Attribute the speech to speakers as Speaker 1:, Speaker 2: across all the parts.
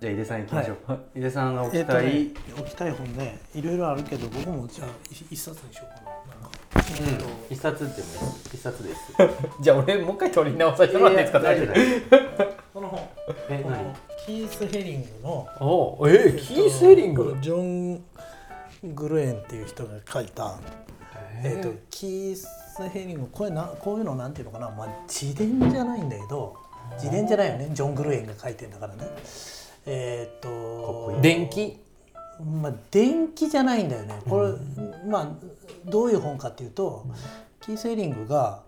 Speaker 1: じゃあ井出さん行きましょう、井出さんが置きたい、
Speaker 2: えっとね置きたい本ねいろいろあるけど僕もじゃあい一冊にしようかななんかえっと
Speaker 1: 一冊ってもいいです一冊です
Speaker 3: じゃあ俺もう一回取り直させてもらっていいですか
Speaker 1: 大
Speaker 3: 大
Speaker 1: 丈
Speaker 3: 丈
Speaker 1: 夫
Speaker 3: 夫
Speaker 2: この本
Speaker 1: え
Speaker 2: このキース・ヘリングの
Speaker 3: おうえ
Speaker 2: えっと
Speaker 3: キース・ヘリング
Speaker 2: ジョン・グルエンっていう人が書いた、えっとキース・ヘリングこれなこういうのなんていうのかな、まあ、自伝じゃないんだけど自伝じゃないよねジョン・グルエンが書いてんだからねえっと
Speaker 3: 電気
Speaker 2: まあ、電気じゃないんだよねこれ、まあどういう本かっていうと、キース・エリングが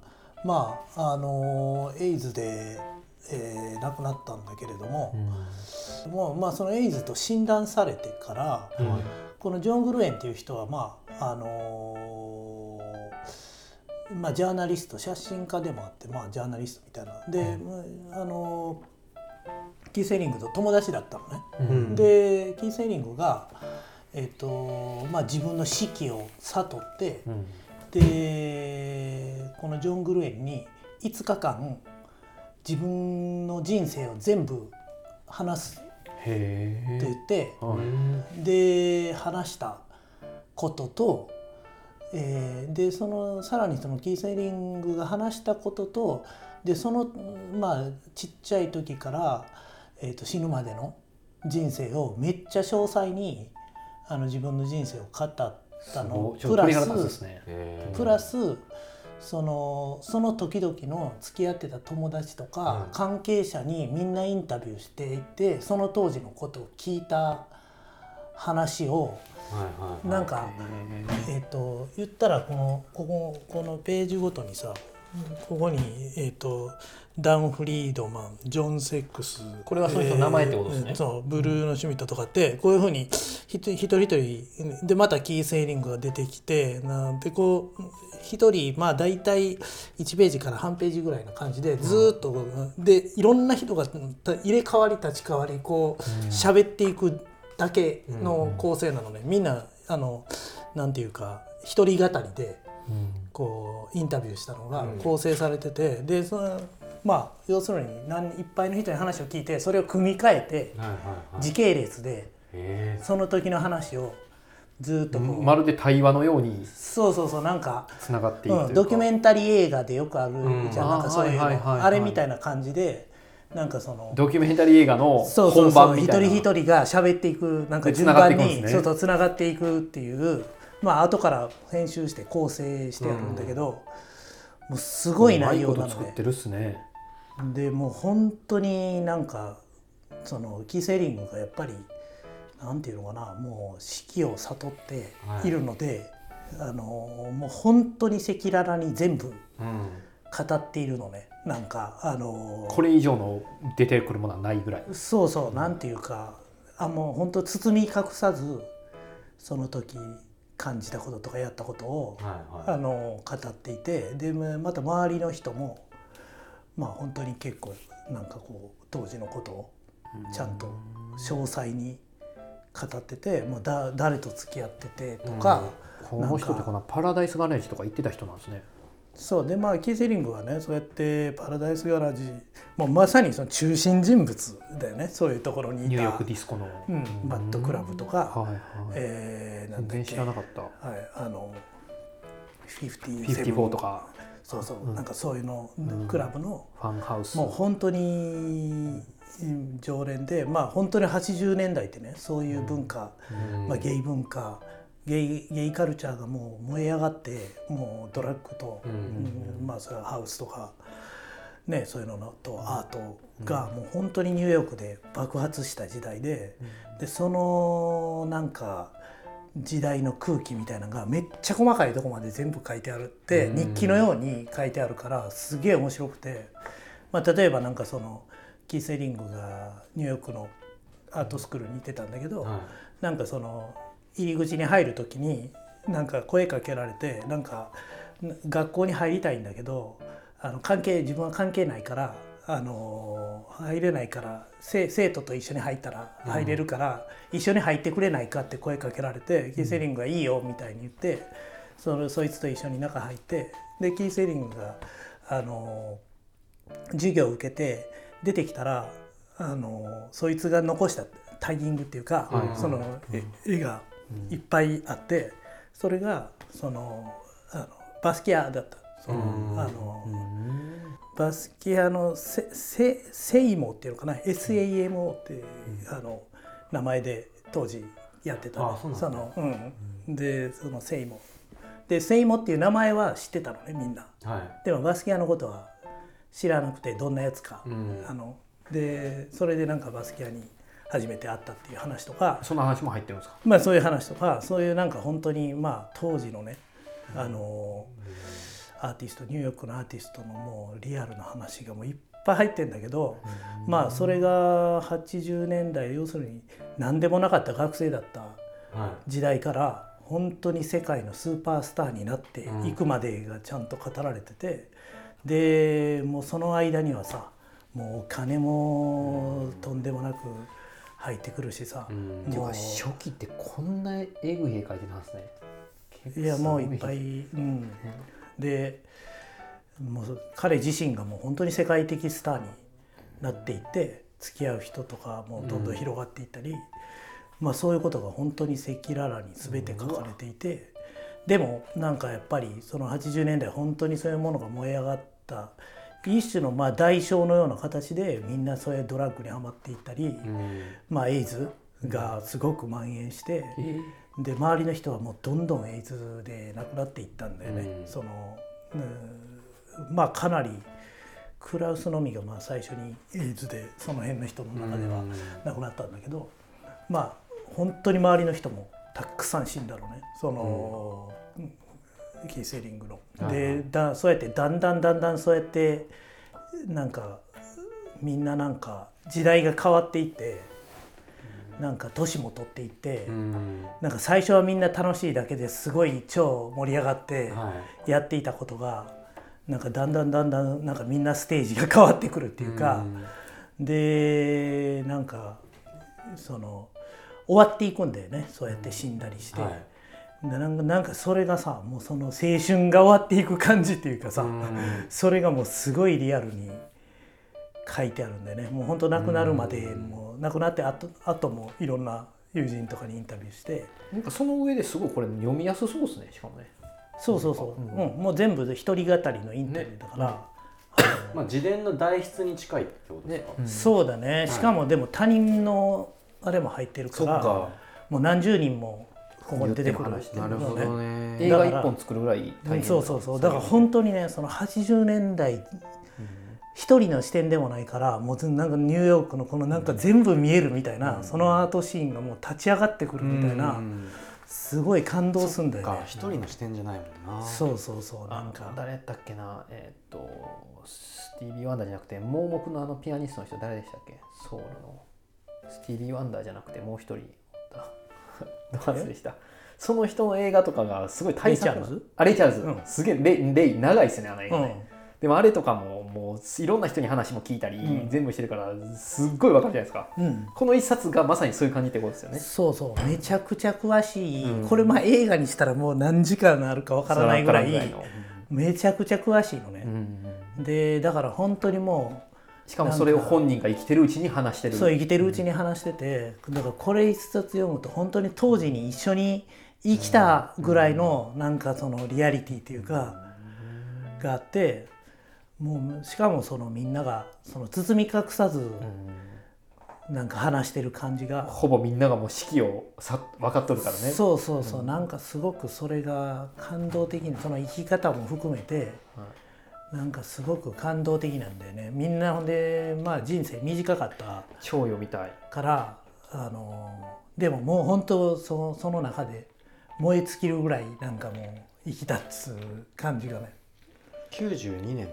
Speaker 2: まああのエイズで、えー亡くなったんだけれども、もうまあそのエイズと診断されてから、
Speaker 3: はい
Speaker 2: このジョン・グルエンっていう人はまああのーまあ、ジャーナリスト写真家でもあって、まあ、ジャーナリストみたいなで、まああのーキース・エリングと友達だったのね。
Speaker 1: うん
Speaker 2: でキーセーリングが、えっとまあ、自分の死期を悟って、
Speaker 1: うん
Speaker 2: でこのジョン・グルエンに5日間自分の人生を全部話す
Speaker 1: へ
Speaker 2: って
Speaker 1: え
Speaker 2: 言って、
Speaker 1: うん
Speaker 2: で話したことと、えーでそのさらにそのキーセーリングが話したこととでそのまあちっちゃい時から、えー、と死ぬまでの人生をめっちゃ詳細にあの自分の人生を語ったの
Speaker 3: ちょ
Speaker 2: プ
Speaker 3: っと鳥
Speaker 2: ラ
Speaker 3: 肌立つです
Speaker 2: ス
Speaker 3: ね
Speaker 1: へー
Speaker 2: プラスそのその時々の付き合ってた友達とか、
Speaker 1: うん
Speaker 2: 関係者にみんなインタビューしていてその当時のことを聞いた話を
Speaker 1: はいはいはい
Speaker 2: なんか
Speaker 1: へ
Speaker 2: えっ、と言ったらこのこここのページごとにさここに、えっとダン・フリードマンジョン・セックス
Speaker 3: これはその人の名前ってことですね
Speaker 2: えーそうブルーのシュミットとかってこういうふうにひと一人一人でまたキーセーリングが出てきてなんでこう一人まあ大体1ページから半ページぐらいな感じでずーっとこう、でいろんな人がた入れ替わり立ち替わりこう喋っていくだけの構成なので、みんなあのなんていうか一人語りでこうインタビューしたのが構成されてて、でそのまあ要するに何いっぱいの人に話を聞いてそれを組み替えて
Speaker 1: ーはいはいはい
Speaker 2: 時系列で
Speaker 1: へ
Speaker 2: その時の話をずっと
Speaker 3: う
Speaker 2: こう、
Speaker 3: んまるで対話のように
Speaker 2: そうそうそうなんか、、
Speaker 3: つながっているといううんか
Speaker 2: ドキュメンタリー映画でよくある
Speaker 1: うん
Speaker 2: じゃん、なんかそういうの
Speaker 3: あーはいはいはいはい
Speaker 2: あれみたいな感じでなんかその。
Speaker 3: ドキュメンタリー映画の
Speaker 2: そうそう
Speaker 3: 本
Speaker 2: そう
Speaker 3: 番
Speaker 2: 一
Speaker 3: みた
Speaker 2: 人
Speaker 3: いな
Speaker 2: 一人が喋っていくなんか
Speaker 3: で
Speaker 2: 順番
Speaker 3: 繋がっていくん
Speaker 2: にそ
Speaker 3: ですね
Speaker 2: うそうつながっていくっていうまあ後から編集して構成してあるんだけど、もうすごい内容な
Speaker 3: うまいこ
Speaker 2: の
Speaker 3: と作っ
Speaker 2: で
Speaker 3: てるっすね
Speaker 2: でもう本当になんかそのキーセーリングがやっぱりなんていうのかなもう四季を悟っているので、あのもう本当に赤裸々に全部
Speaker 1: ーうん
Speaker 2: 語っているのねなんかあの
Speaker 3: これ以上の出てくるものはないぐらい
Speaker 2: そうそうなんていうかあもう本当包み隠さずその時感じたこととかやったことを
Speaker 1: はい
Speaker 2: あ
Speaker 1: は
Speaker 2: の語っていてでまた周りの人もまあ本当に結構なんかこう当時のことをちゃんと詳細に語ってて、まあ、だ誰と付き合っててとか。
Speaker 3: この人ってこのパラダイスガレージとか行ってた人なんですね
Speaker 2: そうでまあキーセリングはねそうやってパラダイスガラージもうまさにその中心人物だよねそういうところにいた
Speaker 3: ニューヨークディスコの、
Speaker 2: うん、バットクラブとか、
Speaker 3: はいはい、
Speaker 2: えー、なんだっ
Speaker 3: 全然
Speaker 2: け、
Speaker 3: 知
Speaker 2: は
Speaker 3: ら
Speaker 2: い、
Speaker 3: なかった
Speaker 2: あの
Speaker 3: 54
Speaker 2: 57
Speaker 3: とか
Speaker 2: そうそう、なんかそういうの、クラブの
Speaker 3: ファンハウス
Speaker 2: もう本当にうん常連でまあ本当に80年代ってねそういう文化、まあ、ゲイ文化ゲイゲイカルチャーがもう燃え上がってもうドラッグと、うんまあそれはハウスとか。ね、そういうののとアートがもう本当にニューヨークで爆発した時代で,、でそのなんか時代の空気みたいなのがめっちゃ細かいとこまで全部書いてあるって、日記のように書いてあるからすげえ面白くて、まあ、例えばなんかそのキーセリングがニューヨークのアートスクールに行ってたんだけ
Speaker 1: い
Speaker 2: ど、
Speaker 1: はい
Speaker 2: なんかその入り口に入る時になんか声かけられてなんかな学校に入りたいんだけどあの関係自分は関係ないから、あのー入れないからせ生徒と一緒に入ったら入れるから、一緒に入ってくれないかって声かけられて、キーセリングがいいよみたいに言ってそのそいつと一緒に中入ってでキーセリングが、あのー授業を受けて出てきたらあのそいつが残したタイミングっていうか、
Speaker 1: はい
Speaker 2: その、え絵がいっぱいあってそれがそのあのバスキアだったその、
Speaker 1: うん
Speaker 2: あの、バスキアのセセセイモっていうのかな SAMO っていう、あの名前で当時やってた、
Speaker 1: あそうなんだ
Speaker 2: のうん、でそのセイモでセイモっていう名前は知ってたのねみんな。
Speaker 1: はい
Speaker 2: でもバスキアのことは知らなくてどんなやつか、
Speaker 1: うん
Speaker 2: あのでそれでなんかバスキアに初めて会ったっていう話とか、
Speaker 3: その話も入ってるんですか
Speaker 2: まあ、そういう話とかそういうなんか本当にまあ当時のねあのアーティストニューヨークのアーティストのもうリアルな話がもういっぱい入ってんだけど、まあそれが80年代要するに何でもなかった学生だった
Speaker 1: はい
Speaker 2: 時代から本当に世界のスーパースターになっていくまでがちゃんと語られてて、でもうその間にはさもうお金もとんでもなく入ってくるしさ、
Speaker 1: うん
Speaker 2: もう
Speaker 3: 初期ってこんなえぐい絵描いてたんですね
Speaker 2: いやもういっぱい、うん、でもう彼自身がもう本当に世界的スターになっていって付き合う人とかもどんどん広がっていったり、まあ、そういうことが本当に赤裸々に全て書かれていて、でもなんかやっぱりその80年代本当にそういうものが燃え上がった一種のまあ代償のような形でみんなそういうドラッグにはまっていったり、
Speaker 1: うん
Speaker 2: まあ、エイズがすごく蔓延して。
Speaker 3: え
Speaker 2: で周りの人はもうどんどんエイズで亡くなっていったんだよね、
Speaker 1: うん
Speaker 2: そのうんまあかなりクラウスのみがまあ最初にエイズでその辺の人の中では
Speaker 1: うん
Speaker 2: 亡くなったんだけど、まあ本当に周りの人もたくさん死んだのねその、うんキーセーリングの。でだそうやってだんだんだんだんそうやってなんかみんななんか時代が変わっていってなんか年も取っていって。
Speaker 1: うん
Speaker 2: なんか最初はみんな楽しいだけですごい超盛り上がって
Speaker 1: は
Speaker 2: やっていたことがなんかだんだんだんだんなんかみんなステージが変わってくるっていうかでなんかその終わっていくんだよねそうやって死んだりして、
Speaker 1: は
Speaker 2: でなんかなんかそれがさもうその青春が終わっていく感じっていうかさ、
Speaker 1: うん
Speaker 2: それがもうすごいリアルに書いてあるんでねもう本当亡くなるまで、もう亡くなってあとあともいろんな友人とかにインタビューして。
Speaker 3: なんかその上ですごいこれ読みやすそうですねしかもね
Speaker 2: そうそうそう、うんもう全部一人語りのインタビューだから、
Speaker 1: いまあ自伝の代筆に近いってことですか
Speaker 3: ね
Speaker 2: そうだね、しかもでも他人のあれも入ってるからもう何十人もここに出てくる
Speaker 3: 言って
Speaker 1: なるほどね
Speaker 3: 映画一本作るぐらい
Speaker 2: うん
Speaker 3: 大変
Speaker 2: そうそうそうだから本当にねその80年代一人の視点でもないからもうずなんかニューヨークのこのなんか全部見えるみたいな、そのアートシーンがもう立ち上がってくるみたいな、
Speaker 1: うん
Speaker 2: すごい感動するんだよ
Speaker 1: か
Speaker 2: ね
Speaker 1: 一人の視点じゃないもんな
Speaker 2: そうそうそうな
Speaker 3: なんんか
Speaker 2: か
Speaker 3: 誰だったっけなえーっとスティービー・ワンダーじゃなくて盲目のあのピアニストの人誰でしたっけソウルのスティービー・ワンダーじゃなくてもう一人だ どうでしたその人の映画とかがすごい
Speaker 2: レ
Speaker 3: 大作
Speaker 2: イチャールズ
Speaker 3: あレイチャールズ、
Speaker 2: うん
Speaker 3: すげえレイレイ長いですねあの映画ね、
Speaker 2: うん
Speaker 3: でもあれとかももういろんな人に話も聞いたり、
Speaker 2: うん
Speaker 3: 全部してるからすっごいわかるじゃないですか
Speaker 2: うん
Speaker 3: この一冊がまさにそういう感じってことですよね
Speaker 2: そうそうめちゃくちゃ詳しい、
Speaker 3: うん
Speaker 2: これまあ映画にしたらもう何時間あるかわからないぐらい
Speaker 3: それはわからん
Speaker 2: めちゃくちゃ詳しいの
Speaker 3: ぐらいの、
Speaker 2: ね、
Speaker 3: うん
Speaker 2: でだから本当にも
Speaker 3: しかもそれを本人が生きてるうちに話して
Speaker 2: う
Speaker 3: る
Speaker 2: そう生きてるうちに話してて、だからこれ一冊読むと本当に当時に一緒に生きたぐらいのなんかそのリアリティっていうか、があってもうしかもそのみんながその包み隠さずなんか話してる感じが
Speaker 3: ほぼみんながもう式をさ分かっとるからね
Speaker 2: そうそうそう、なんかすごくそれが感動的にその生き方も含めて、
Speaker 3: は
Speaker 2: なんかすごく感動的なんだよねみんなほんでまあ人生短かった
Speaker 3: 超読みたい
Speaker 2: からあのでももう本当そその中で燃え尽きるぐらいなんかもう生きたっつう感じがね
Speaker 1: 92年か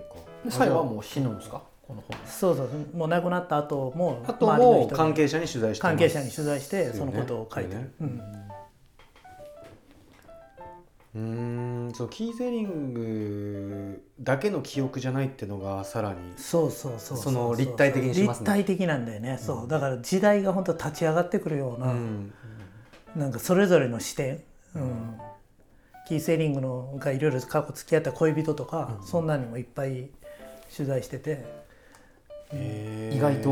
Speaker 3: 最後はもう死ぬんですかこの本
Speaker 2: そうそうもう亡くなった後も
Speaker 1: あと
Speaker 2: 周りの
Speaker 1: も
Speaker 2: 人
Speaker 1: う
Speaker 2: に
Speaker 1: 関係者に取材してます
Speaker 2: 関係者に取材して
Speaker 1: ですよ
Speaker 2: そ
Speaker 1: ね
Speaker 2: のことを書いてる、
Speaker 1: ね
Speaker 2: うん、
Speaker 1: うーんそうキーゼリングだけの記憶じゃないってのがさらに
Speaker 2: そうそうそうう
Speaker 1: その立体的にしますね
Speaker 2: 立体的なんだよね、そうだから時代が本当立ち上がってくるよう
Speaker 1: う
Speaker 2: な、
Speaker 1: ん
Speaker 2: なんかそれぞれの視点、うんキーセーリングのがいろいろ過去付き合った恋人とか、そんなにもいっぱい取材してて
Speaker 1: へー
Speaker 3: 意外と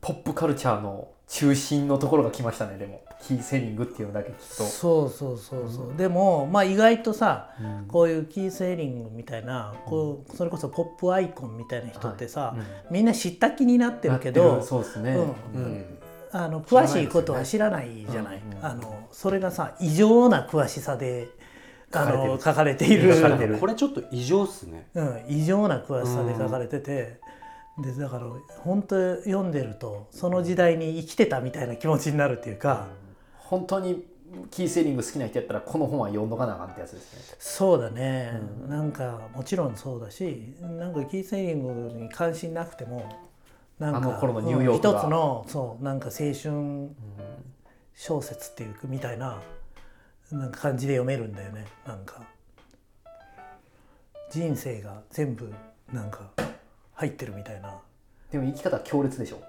Speaker 3: ポップカルチャーの中心のところが来ましたねでもキーセリングっていうのだけ聞くと
Speaker 2: そうそうそうそう、でもまあ意外とさ
Speaker 1: うん
Speaker 2: こういうキーセーリングみたいなこうそれこそポップアイコンみたいな人ってさ、
Speaker 3: はいうん
Speaker 2: みんな知った気になってるけ
Speaker 3: なって
Speaker 2: ど
Speaker 3: るそうですね、
Speaker 2: う
Speaker 1: うん
Speaker 2: あの詳しいことは知らないじゃない、
Speaker 3: うんうん
Speaker 2: あのそれがさ異常な詳しさであの書
Speaker 3: 書
Speaker 2: かれている
Speaker 3: 書かれてる
Speaker 1: これちょっと異常っすね
Speaker 2: うん、異常な詳しさで書かれてて、でだから本当読んでるとその時代に生きてたみたいな気持ちになるっていうか、
Speaker 3: 本当にキーセリング好きな人やったらこの本は読んどかなあかんってやつですね
Speaker 2: そうだね、なんかもちろんそうだしなんかキーセイリングに関心なくてもなんか
Speaker 3: あの頃のニューヨーク
Speaker 2: うん
Speaker 3: が
Speaker 2: 一つのそうなんか青春小説っていうかみたいななんか感じで読めるんだよねなんか人生が全部なんか入ってるみたいな
Speaker 3: でも生き方は強烈でしょ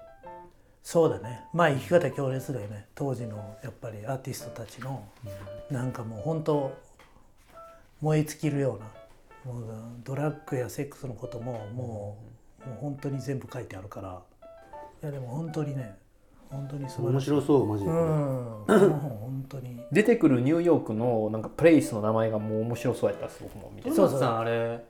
Speaker 2: そうだねまあ生き方強烈だよね当時のやっぱりアーティストたちのなんかもう本当燃え尽きるようなもうドラッグやセックスのことももうもう本当に全部書いてあるからいやでも本当にね本当に素晴
Speaker 1: 面
Speaker 2: らしい。
Speaker 1: 白そうマジ
Speaker 2: う
Speaker 1: で
Speaker 2: ん、
Speaker 1: こ
Speaker 2: こ
Speaker 1: れ
Speaker 2: の本本当に
Speaker 3: 出てくるニューヨークのなんかプレイスの名前がもう面白そうやったです僕も見て
Speaker 1: ドーナツさんあれ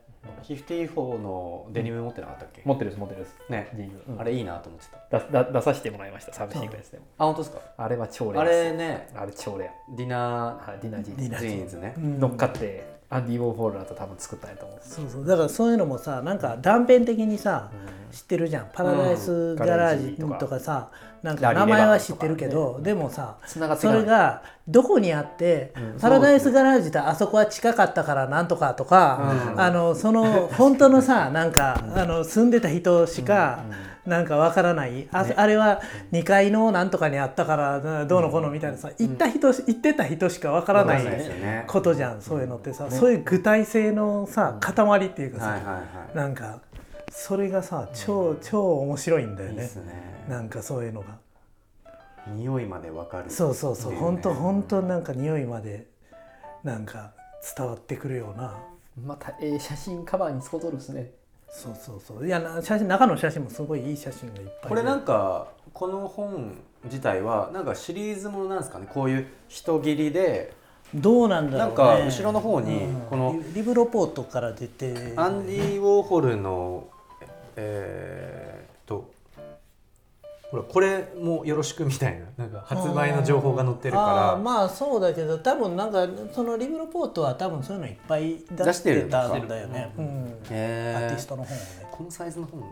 Speaker 1: 54のデニム持ってなかったっけ
Speaker 3: 持ってるです持ってるです
Speaker 1: ね
Speaker 3: ジーンズ、うん
Speaker 1: あれいいなと思ってた
Speaker 3: だだ出させてもらいましたサブシークエンスでも、
Speaker 1: あ本当ですか
Speaker 3: あれは超レア
Speaker 1: あ
Speaker 3: です
Speaker 1: れね
Speaker 3: あれ超レ
Speaker 1: ディナ
Speaker 3: アはいディナージーン
Speaker 2: ディ
Speaker 3: ズ
Speaker 2: ナ
Speaker 1: ー
Speaker 2: ー
Speaker 1: ジ
Speaker 2: ジ
Speaker 1: ーンズね
Speaker 2: うん
Speaker 3: 乗っかってアンディ・ウォーホールだと多分作ったんやと思う
Speaker 2: そうそうだからそういうのもさなんか断片的にさ、知ってるじゃん「パラダイス・ガラージ」
Speaker 3: うん
Speaker 2: とかさなんか
Speaker 3: ラリ
Speaker 2: 名
Speaker 3: ーレバー
Speaker 2: 前は知ってるけど、でもさ
Speaker 3: 繋がって
Speaker 2: そ
Speaker 3: ない
Speaker 2: れがどこにあって、
Speaker 1: ん
Speaker 2: パラダイス・ガラージとあそこは近かったからなんとかとか、あのその本当のさなんか、あの住んでた人しか、なんかわからないあ,、あれは2階のなんとかにあったからなどうのこうのみたいなさ、行った人し行ってた人しかわからな
Speaker 1: わからない
Speaker 2: い
Speaker 1: ですよね
Speaker 2: ことじゃん、そういうのってさ、そういう具体性のさ塊っていうか
Speaker 1: ー
Speaker 2: さ、
Speaker 1: はいはいは
Speaker 2: なんかそれがさ超超面白いんだよ
Speaker 1: いいい
Speaker 2: ね
Speaker 1: っすね
Speaker 2: なんかそういうのが
Speaker 1: 匂いまでわかる
Speaker 2: そうそうそう
Speaker 1: いいよね
Speaker 2: 本当本当なんか匂いまでなんか伝わってくるような
Speaker 3: またええ写真カバーに使うとるですね
Speaker 2: そうそうそういやな写真中の写真もすごいいい写真がいっぱい
Speaker 1: これなんんかこの本自体はなんかシリーズものなんですかねこういう人斬りで
Speaker 2: どうなんだろ
Speaker 1: な
Speaker 2: う、ね、
Speaker 1: んか後ろの方に
Speaker 2: うん
Speaker 1: この
Speaker 2: リリブロポートから出て
Speaker 1: アンディ・ウォーホルのえーっとほらこれもよろしくみたいななんか発売の情報が載ってる
Speaker 2: あー
Speaker 1: か
Speaker 2: まあそうだけど多分なんかそのリブロポートは多分そういうのいっぱい出
Speaker 1: 出
Speaker 2: し
Speaker 1: して
Speaker 2: て
Speaker 1: るのか
Speaker 2: たんだよね、うん
Speaker 1: らへ
Speaker 2: ア
Speaker 1: ー
Speaker 2: ーティストの本をね、
Speaker 1: このサイズの本いい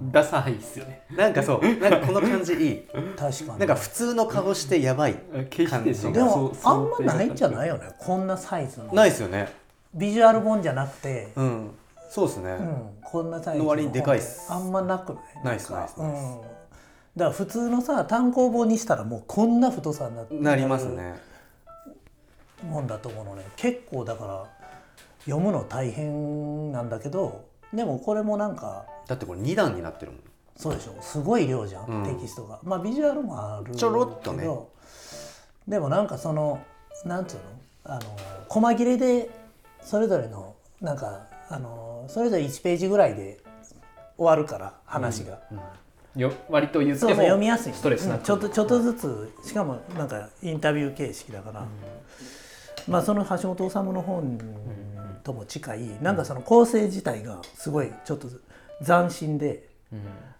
Speaker 2: うん
Speaker 3: ダサいっすよね
Speaker 1: ななんかそうなんかこの感じいい
Speaker 2: 確かに
Speaker 1: なんか普通の顔してやばい
Speaker 3: 決して
Speaker 1: 感じ
Speaker 2: で
Speaker 1: が
Speaker 2: もあんまないんじゃないよねこんなサイズの
Speaker 1: ないですよね
Speaker 2: ビジュアル本じゃなくて、
Speaker 1: うんそうですね、
Speaker 2: うんこんなサイズ
Speaker 1: の割にでかいっす
Speaker 2: あんまなくない
Speaker 1: ないっす
Speaker 2: んか
Speaker 1: ないっす
Speaker 2: う
Speaker 1: ないっす
Speaker 2: んだから普通のさ単行本にしたらもうこんな太さになって
Speaker 1: なりますね
Speaker 2: もんだと思うのね結構だから読むの大変なんだけどでもこれもなんか
Speaker 1: だってこれ2段になってるもん
Speaker 2: そうでしょすごい量じゃん、
Speaker 1: うん
Speaker 2: テキストがまあビジュアルもあるけど
Speaker 1: ちょろっとね
Speaker 2: でもなんかそのなんつうのあの細切れでそれぞれのなんかあのそれぞれ1ページぐらいで終わるから話が、
Speaker 3: よ割と言って
Speaker 2: そう
Speaker 3: も
Speaker 2: そう読みやすい
Speaker 3: ストレスな
Speaker 2: うんちょっとちょっとずつしかもなんかインタビュー形式だから、まあその橋本治の本とも近いなんかその構成自体がすごいちょっと斬新で、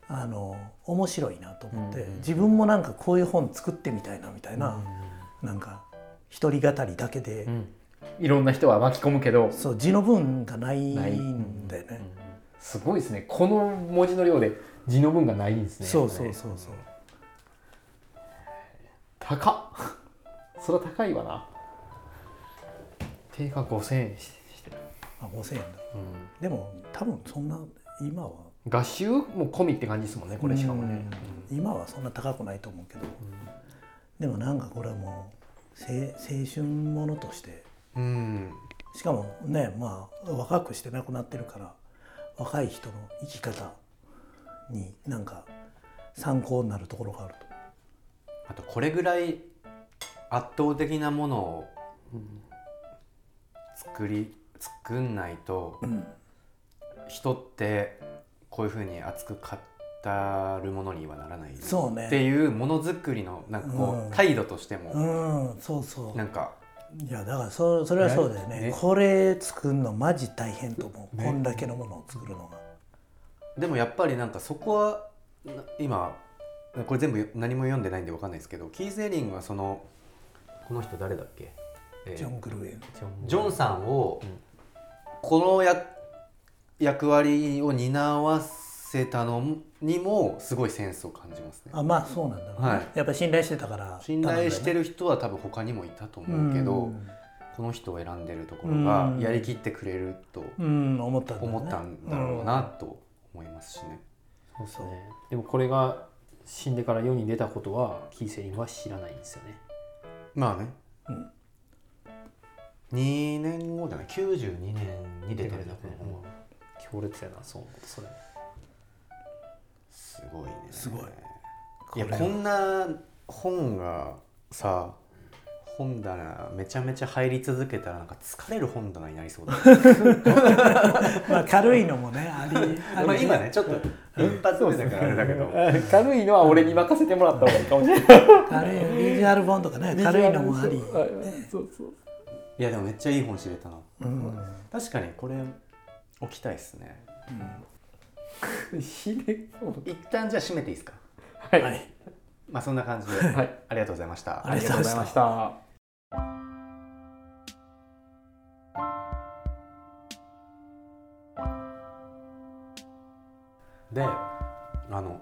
Speaker 2: あの面白いなと思って、自分もなんかこういう本作ってみたいなみたいな、なんか一人語りだけで、
Speaker 3: いろんな人は巻き込むけど
Speaker 2: そう字の文がない
Speaker 3: ない
Speaker 2: んだよね。
Speaker 3: すごいですねこの文字の量で字の文がないんですね
Speaker 2: そうそうそうそう。
Speaker 3: 高っ それは高いわな定価5000円ししてる
Speaker 2: あ5000円だ、でも多分そんな今は
Speaker 3: 画集も込みって感じですもんねこれしかもね、
Speaker 2: うん今はそんな高くないと思うけど、でもなんかこれはもうせ青春ものとして
Speaker 1: うん
Speaker 2: しかもねまあ若くして亡くなってるから若い人の生き方になんか参考になるところがあると
Speaker 1: あとこれぐらい圧倒的なものを作り作んないと、人ってこういうふうに熱く語るものにはならないっ
Speaker 2: そうね
Speaker 1: ていうものづくりのなんかこ
Speaker 2: うん
Speaker 1: う態度としても
Speaker 2: うんそうそ
Speaker 1: なんか
Speaker 2: ういやだからそそれはそうだよね
Speaker 1: ね
Speaker 2: これ作るのマジ大変と思う、
Speaker 1: ね
Speaker 2: こんだけのものを作るのが
Speaker 1: でもやっぱりなんかそこはな今これ全部何も読んでないんでわかんないですけどキーゼリングはそのこの人誰だっけ、えー
Speaker 2: ジョン・グルーエン
Speaker 1: ジョンさんを
Speaker 3: うん
Speaker 1: このや役割を担わせたのにもすごいセンスを感じますね。
Speaker 2: あまあそうなんだろうね、
Speaker 1: はい
Speaker 2: やっぱ信頼してたから
Speaker 1: 信頼してる
Speaker 2: る
Speaker 1: 人は多分他にもいたと思うけど、この人を選んでるところが
Speaker 2: うん
Speaker 1: やりきってくれると
Speaker 2: うん、うん思ったんだ、ね、
Speaker 1: 思ったんだろうなと思いますしね。
Speaker 3: そうですねでもこれが死んでから世に出たことはキーセリンは知らないんですよね
Speaker 1: まあね、
Speaker 2: うん
Speaker 1: 2年後じゃない92年に出てるんだこの本は
Speaker 3: 強烈やなそう思うとそれ
Speaker 1: すごいね
Speaker 2: すごい
Speaker 1: いや
Speaker 2: これ
Speaker 1: こんな本がさ本棚めちゃめちゃ入り続けたらなんか疲れる本棚になり そうだ、ね、
Speaker 2: まあ軽いのもねありあ
Speaker 1: まあ
Speaker 2: り
Speaker 1: 今ねちょっと一発目だからあれだけど
Speaker 3: 軽いのは俺に任せてもらった方がいいかもしれない
Speaker 2: 軽いビジュアル本とかね軽いのもあり、
Speaker 3: そうそう
Speaker 1: いやでもめっちゃいい本知れたな
Speaker 2: うん
Speaker 1: 確かにこれ置きたいですね
Speaker 3: ひで
Speaker 1: 一旦じゃあ閉めていいですか
Speaker 3: はい、
Speaker 2: はい
Speaker 1: まあそんな感じで、
Speaker 3: はい
Speaker 1: ありがとうございました
Speaker 2: ありがとうございました
Speaker 1: であの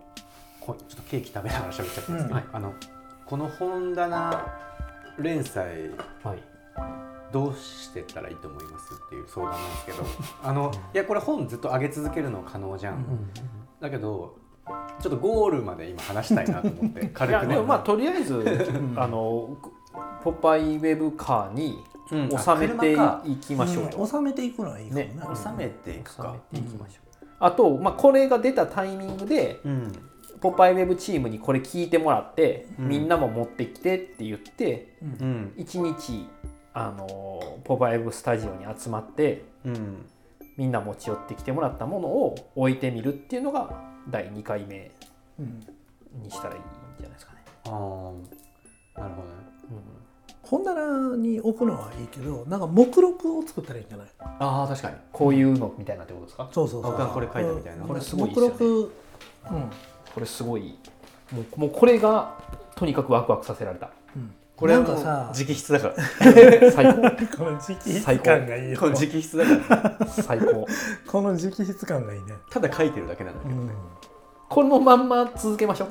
Speaker 1: こちょっとケーキ食べながら喋っちゃったんですけど、
Speaker 2: うん
Speaker 1: はいあのこの本棚連載
Speaker 3: はい
Speaker 1: どうしてったらいいと思いますっていう相談なんですけどあのいやこれ本ずっと上げ続けるの可能じゃん、だけどちょっとゴールまで今話したいなと思って
Speaker 3: い
Speaker 1: 軽
Speaker 3: や
Speaker 1: く
Speaker 3: で
Speaker 1: ね
Speaker 3: もまあとりあえずあのポパイウェブカーに
Speaker 1: うん
Speaker 3: 収めて
Speaker 1: あ
Speaker 3: いきましょうと、
Speaker 2: 収めていくのはいいかもね
Speaker 3: ね
Speaker 1: 車か収めていく
Speaker 3: 収
Speaker 1: か
Speaker 3: めていきましょう、あと、まあ、これが出たタイミングで
Speaker 1: うん
Speaker 3: 「ポパイウェブチームにこれ聞いてもらって、
Speaker 1: うん
Speaker 3: みんなも持ってきてって言って
Speaker 1: うん
Speaker 3: 1日あのポパイウェブスタジオに集まって
Speaker 1: うん
Speaker 3: みんな持ち寄ってきてもらったものを置いてみるっていうのが第2回目
Speaker 2: うん
Speaker 3: にしたらいいんじゃないですかね。
Speaker 1: ああなるほどね
Speaker 3: うん
Speaker 2: 本棚に置くのはいいけどなんか目録を作ったらいいんじゃない
Speaker 1: ああ確かに
Speaker 3: こういうのみたいなってことですか
Speaker 2: そうそうそう
Speaker 1: 僕はこれ書いたみたいな
Speaker 2: うん
Speaker 3: これすごいです
Speaker 2: 目
Speaker 3: よね
Speaker 2: 録うん
Speaker 3: これすごいもうもうこれがとにかくワクワクさせら れた
Speaker 2: うん
Speaker 1: これは
Speaker 2: なん
Speaker 1: もう
Speaker 2: かさ
Speaker 1: 直筆だから
Speaker 3: 最 高
Speaker 2: この直
Speaker 3: 最
Speaker 2: 筆
Speaker 3: 高
Speaker 2: 感がいいよ
Speaker 1: この直筆だから
Speaker 3: 最高
Speaker 2: この直筆感がいいね
Speaker 1: ただ書いてるだけなんだけどね、
Speaker 3: このまんま続けましょう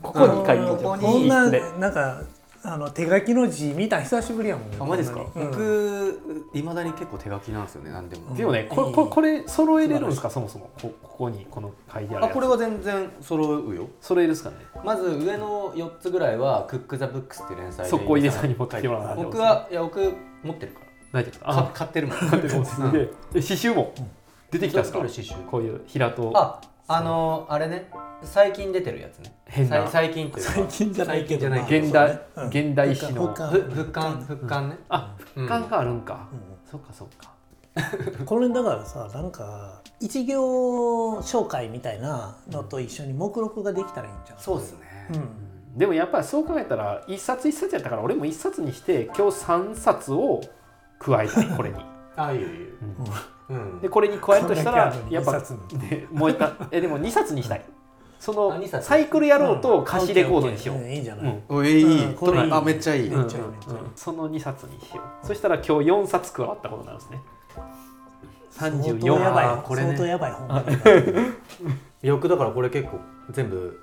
Speaker 3: ここに書いて
Speaker 2: こ
Speaker 1: こ
Speaker 3: おきます
Speaker 1: こに
Speaker 2: んな
Speaker 3: で
Speaker 2: なんかあの手書きの字見た久しぶりやもんね
Speaker 1: あマジですか、
Speaker 2: こんなにうん
Speaker 1: 僕いまだに結構手書きなんですよね何でも、
Speaker 2: うん
Speaker 3: でもねこれこれこれ揃えれるんですかそもそもこここにこの書いてある
Speaker 1: あ
Speaker 3: やつ
Speaker 1: これは全然揃うよ
Speaker 3: 揃えるっすかね
Speaker 1: まず上の4つぐらいは「クック・ザ・ブックス」っていう連載で
Speaker 3: そこ井出さんに持ってきてもらわな
Speaker 1: 僕はいや僕持ってるから
Speaker 3: 大丈夫ですか
Speaker 1: か
Speaker 3: あ
Speaker 1: 買ってるもん
Speaker 3: 買ってるすげええ刺繍も出てきたんですか
Speaker 1: ドクトル刺繍
Speaker 3: こういう平戸
Speaker 1: ああのーあれね最近出てるやつね
Speaker 3: 変な
Speaker 1: さい最近というか
Speaker 2: 最近じゃないけど
Speaker 1: 最
Speaker 2: まあ
Speaker 1: 近
Speaker 3: 現
Speaker 2: そ
Speaker 3: 代
Speaker 2: うねうん
Speaker 3: 現代史の
Speaker 1: ふ
Speaker 2: 復刊
Speaker 1: 復刊復刊ね
Speaker 3: あ
Speaker 1: うん
Speaker 3: 復刊があるんか、
Speaker 2: うん
Speaker 3: そっかそっか
Speaker 2: これだからさなんか一行紹介みたいなのと一緒に目録ができたらいいんじゃん
Speaker 1: そうですね、
Speaker 2: うん
Speaker 3: でもやっぱりそう考えたら一冊一冊やったから俺も一冊にして今日3冊を加えたいこ れに
Speaker 1: あいいよいいよ、うん
Speaker 3: でこれに加えるとしたら
Speaker 2: こんだけ
Speaker 3: や
Speaker 2: あ
Speaker 3: っ
Speaker 2: るのに一冊
Speaker 3: ぱ
Speaker 2: に
Speaker 3: ねもう一回えでも2冊にしたいそ
Speaker 1: あ二
Speaker 3: の
Speaker 1: 冊
Speaker 3: サイクルやろうと貸しレコードにしよう、
Speaker 2: うんいいんじゃ
Speaker 3: う
Speaker 2: なんい
Speaker 1: おいい、
Speaker 2: うんこれいい
Speaker 1: あめっちゃいい、
Speaker 2: う
Speaker 3: うんん
Speaker 2: ちゃいいめっちゃいい
Speaker 3: うんその2冊にしようそしたら今日4冊加わったことになるんですね
Speaker 2: 相
Speaker 3: 34
Speaker 2: 当やばい
Speaker 1: あーこれね
Speaker 2: 相当やばい本だね
Speaker 1: よくだからこれ結構全部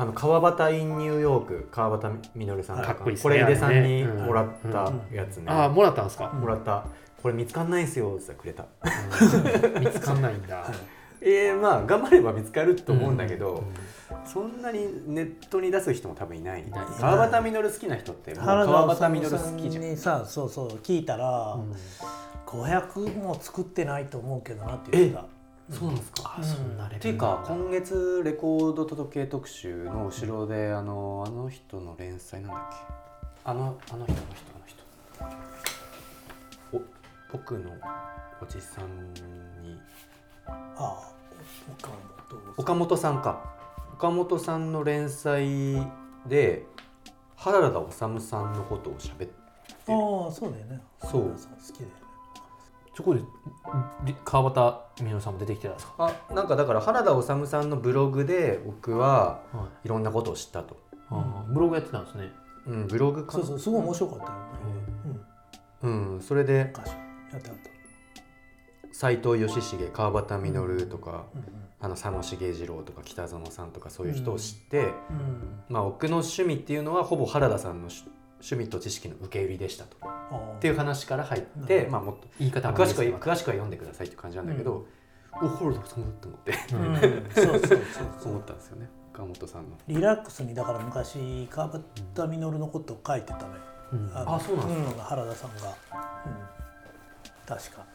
Speaker 1: あの川端 in ニューヨーク川端みのるさんと
Speaker 3: かっこいいっすね
Speaker 1: これ井出さんに
Speaker 3: あれねうん
Speaker 1: もらったやつね、
Speaker 3: ああもらったんですか、
Speaker 1: もらったこれ見つかんないんすよって言ったらくれた
Speaker 3: 見つかんないんだ、
Speaker 1: えー、まあ頑張れば見つかると思うんだけど、そんなにネットに出す人も多分いない
Speaker 3: いない
Speaker 1: 川端みのる好きな人ってもう川端みのる好きじゃん
Speaker 2: にさそうそう聞いたら、
Speaker 3: うん
Speaker 2: 500も作ってないと思うけどなって言ってた
Speaker 1: そうなんですか
Speaker 3: あそんなレベルなんだ
Speaker 1: っていうか今月レコード届け特集の後ろであのあの人の連載なんだっけあのあの人あの人あの人お僕のおじさんに
Speaker 2: ああ岡本さん
Speaker 1: 岡本さんか岡本さんの連載で原田修さんのことを喋って
Speaker 2: ああそうだよね
Speaker 1: そう
Speaker 2: 岡本さん好きだよね
Speaker 4: そこでり川端美濃さんも出てきてたんですか、
Speaker 1: あなんかだから原田修さんのブログで僕は
Speaker 4: はい
Speaker 1: ろんなことを知ったと、
Speaker 4: あーブログやってたんですね
Speaker 1: うん、ブログか
Speaker 2: そうそうすごい面白かったよねうん
Speaker 1: うん、それで
Speaker 2: 昔やってあった
Speaker 1: 斎藤義重川端稔とか、
Speaker 2: うん
Speaker 1: あの佐野茂二郎とか北園さんとかそういう人を知って、
Speaker 2: うん
Speaker 1: まあ、僕の趣味っていうのはほぼ原田さんの趣趣味と知識の受け売りでしたとっ
Speaker 2: あー
Speaker 1: ていう話から入っ
Speaker 2: なる
Speaker 1: て
Speaker 2: ほ、ど
Speaker 1: まあ、もっと
Speaker 4: 言い方
Speaker 1: あ
Speaker 4: も
Speaker 1: 詳しくは
Speaker 4: ですが
Speaker 1: 詳しくは読んでくださいっていう感じなんだけど、お原田さんだと思って
Speaker 2: うん そうそうそうそう
Speaker 1: 思ったんですよね岡本さんの。
Speaker 2: リラックスにだから昔川端稔のことを書いてたね
Speaker 4: うん
Speaker 2: の
Speaker 1: あそうなんで
Speaker 2: うん原田さんが、うん、確か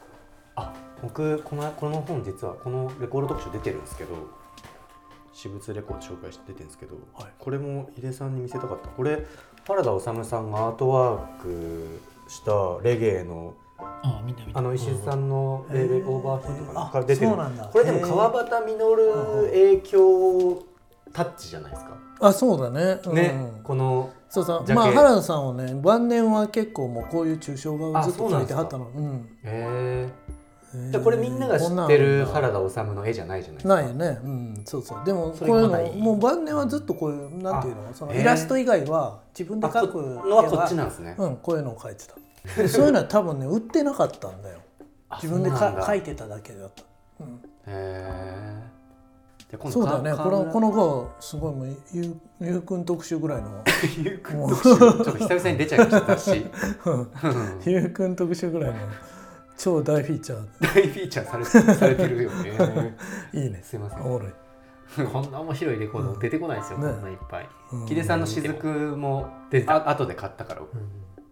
Speaker 1: あ僕このこの本実はこのレコード特集出てるんですけど私物レコード紹介して出てるんですけど、
Speaker 2: はい
Speaker 1: これも井出さんに見せたかったこれ原田修さんがアートワークしたレゲエの
Speaker 4: あー見た見た
Speaker 1: あの石津さんの「レベルオーバーヒート」か
Speaker 2: へ
Speaker 1: な
Speaker 2: ー
Speaker 1: から出てる
Speaker 2: あそうなんだ
Speaker 1: これでも川端稔影響タッチじゃないですか、
Speaker 2: あそうだね,、うん、
Speaker 1: ねこの
Speaker 2: そうさ
Speaker 1: ジャケ
Speaker 2: まあ原田さんはね晩年は結構もうこういう抽象画をずっ
Speaker 1: あそ
Speaker 2: と
Speaker 1: うなんで
Speaker 2: 描い
Speaker 1: す
Speaker 2: て
Speaker 1: か
Speaker 2: はったのうん
Speaker 1: え
Speaker 2: へー
Speaker 1: えこれみんなが知
Speaker 2: こな
Speaker 1: っ
Speaker 2: ん
Speaker 1: てる
Speaker 2: あるんだ
Speaker 1: 原田修の絵じゃないじゃないですか
Speaker 2: ないよね、うん、そうそうでもこ
Speaker 4: そう
Speaker 2: い
Speaker 4: れが
Speaker 2: う
Speaker 4: まだ
Speaker 2: の
Speaker 4: いい
Speaker 2: もう晩年はずっとこういうなんていうのその
Speaker 1: へー
Speaker 2: イラスト以外は自分で
Speaker 1: あ
Speaker 2: 描く
Speaker 1: このはこっちなんですね、
Speaker 2: うん、こういうのを描いてたでそういうのは多分ね売ってなかったんだよ
Speaker 1: あ
Speaker 2: 自分で
Speaker 1: そうなん
Speaker 2: か
Speaker 1: だ
Speaker 2: 描いてただけだった、うん、
Speaker 1: へえ。今
Speaker 2: そうだよね。このこ
Speaker 1: の
Speaker 2: の子すごいもうゆうゆうくん特集ぐらいの
Speaker 1: ゆうくん特集ちょっと久々に出ちゃいましたし、
Speaker 2: ゆうくん特集ぐらいの超大フィーチャ
Speaker 1: 大フィーチャーされされてるよ ね。
Speaker 2: ーいいね。
Speaker 1: すいません
Speaker 2: おもろい。
Speaker 4: こんな面白いレコード出てこないですよ、
Speaker 2: ね
Speaker 4: こんないっぱい、
Speaker 2: うん
Speaker 1: ヒデさんの雫も
Speaker 4: 出てた
Speaker 1: あ後で買ったから。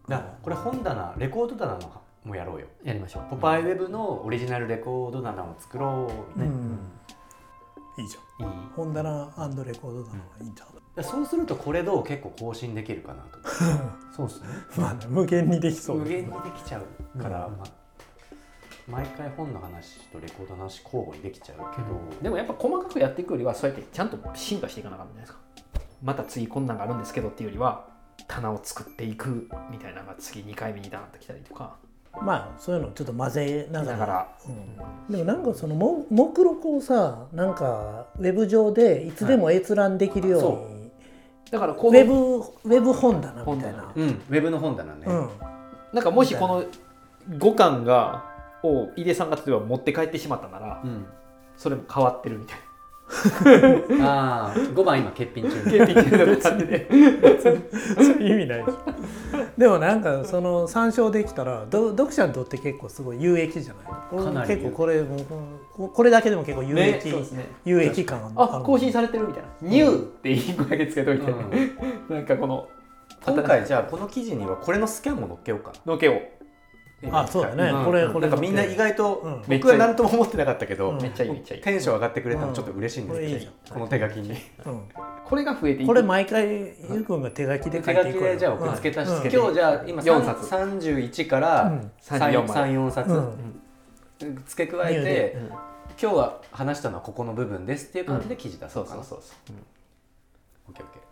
Speaker 1: なこれ本棚レコード棚のもやろうよ。
Speaker 4: やりましょう
Speaker 1: ポパイウェブのオリジナルレコード棚を作ろう
Speaker 2: う
Speaker 1: みたいな。
Speaker 2: ん。いいじゃん。
Speaker 4: いい
Speaker 2: 本棚アンドレコードだのいいんじゃん。
Speaker 1: だからそうするとこれどう結構更新できるかなと。
Speaker 4: そうですね
Speaker 2: まあね無限にできそう
Speaker 1: 無
Speaker 2: だけ
Speaker 1: 限
Speaker 2: ど。
Speaker 1: にできちゃうから、まあ毎回本の話とレコードの話交互にできちゃうけど、
Speaker 4: でもやっぱ細かくやっていくよりはそうやってちゃんと進化していかなあかったじゃないですかまた次こんなんがあるんですけどっていうよりは棚を作っていくみたいなのが次2回目にダーンと来たりとか
Speaker 2: まあそういうのちょっと混ぜな
Speaker 4: だ
Speaker 2: が。
Speaker 4: からら、
Speaker 2: うん、でもなんかそのも目録をさなんかウェブ上でいつでも閲覧できるように、
Speaker 4: だからこ
Speaker 2: ウェ
Speaker 4: の
Speaker 2: ブウェブ本棚みたいな。
Speaker 1: うんウェブの本棚ね。
Speaker 2: うん。
Speaker 4: なんかもしこの5巻がを井出さんが例えば持って帰ってしまったなら
Speaker 1: うん
Speaker 4: それも変わってるみたいな。
Speaker 1: ああ、5番今欠品中。
Speaker 4: 経 験的な感じで
Speaker 2: 意味ないでしょでもなんかその参照できたらど読者にとって結構すごい有益じゃない
Speaker 1: かなり
Speaker 2: 結構これうんここれだけでも結構有益、
Speaker 4: ねそうですね
Speaker 2: 有益感る
Speaker 4: あ更新されてるみたいな「ニュー」って1個だけつけといて、 なんかこの
Speaker 1: 今回じゃあこの記事にはこれのスキャンも載っけようか
Speaker 4: のけを
Speaker 1: な。
Speaker 2: あそうだね、
Speaker 1: うん
Speaker 2: これ
Speaker 1: うん
Speaker 2: こ
Speaker 1: な
Speaker 2: れ
Speaker 1: んかみんな意外と
Speaker 2: うん
Speaker 1: 僕は何とも思ってなかったけど
Speaker 2: うん
Speaker 4: めっちゃいいめっちゃいい
Speaker 1: テンション上がってくれたのちょっと嬉しいんです
Speaker 2: うんこれいい
Speaker 1: け
Speaker 2: じ
Speaker 1: ど
Speaker 2: ゃん
Speaker 1: この手書きに
Speaker 2: う
Speaker 4: これが増えてい
Speaker 2: ん、
Speaker 4: く
Speaker 2: これ毎回ゆうくんが手書きで書いていくよ
Speaker 1: 足
Speaker 2: うん
Speaker 1: して今日じゃあ今
Speaker 4: 4冊
Speaker 1: 31から
Speaker 4: 34
Speaker 1: 34
Speaker 4: ま
Speaker 1: 冊
Speaker 2: うん
Speaker 1: 付け加え
Speaker 4: う
Speaker 1: て
Speaker 4: ん
Speaker 1: 今日は話したのはここの部分ですっていう感じで記事出そ
Speaker 4: そうう
Speaker 1: か
Speaker 4: そ
Speaker 1: な
Speaker 4: うそうそう、うん
Speaker 1: オッケーオッケー